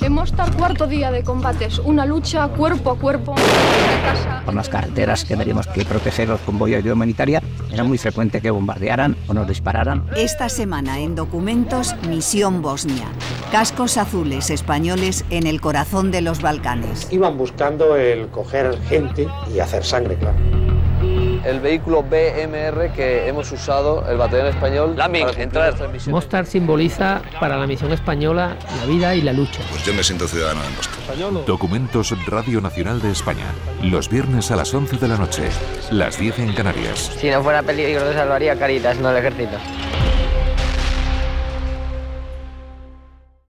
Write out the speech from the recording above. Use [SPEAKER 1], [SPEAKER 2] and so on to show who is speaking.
[SPEAKER 1] Hemos estado cuarto día de combates, una lucha cuerpo a cuerpo. Casa a casa.
[SPEAKER 2] Por las carreteras que teníamos que proteger los convoyes de humanitaria, era muy frecuente que bombardearan o nos dispararan.
[SPEAKER 3] Esta semana en Documentos, Misión Bosnia. Cascos azules españoles en el corazón de los Balcanes.
[SPEAKER 4] Iban buscando el coger gente y hacer sangre, claro.
[SPEAKER 5] El vehículo BMR que hemos usado, el batallón español, para entrar a esta misión.
[SPEAKER 6] Mostar simboliza para la misión española la vida y la lucha.
[SPEAKER 7] Pues yo me siento ciudadano de Mostar.
[SPEAKER 8] Documentos Radio Nacional de España. Los viernes a las 11 de la noche. Las 10 en Canarias.
[SPEAKER 9] Si no fuera peligro, lo salvaría Caritas, no el ejército.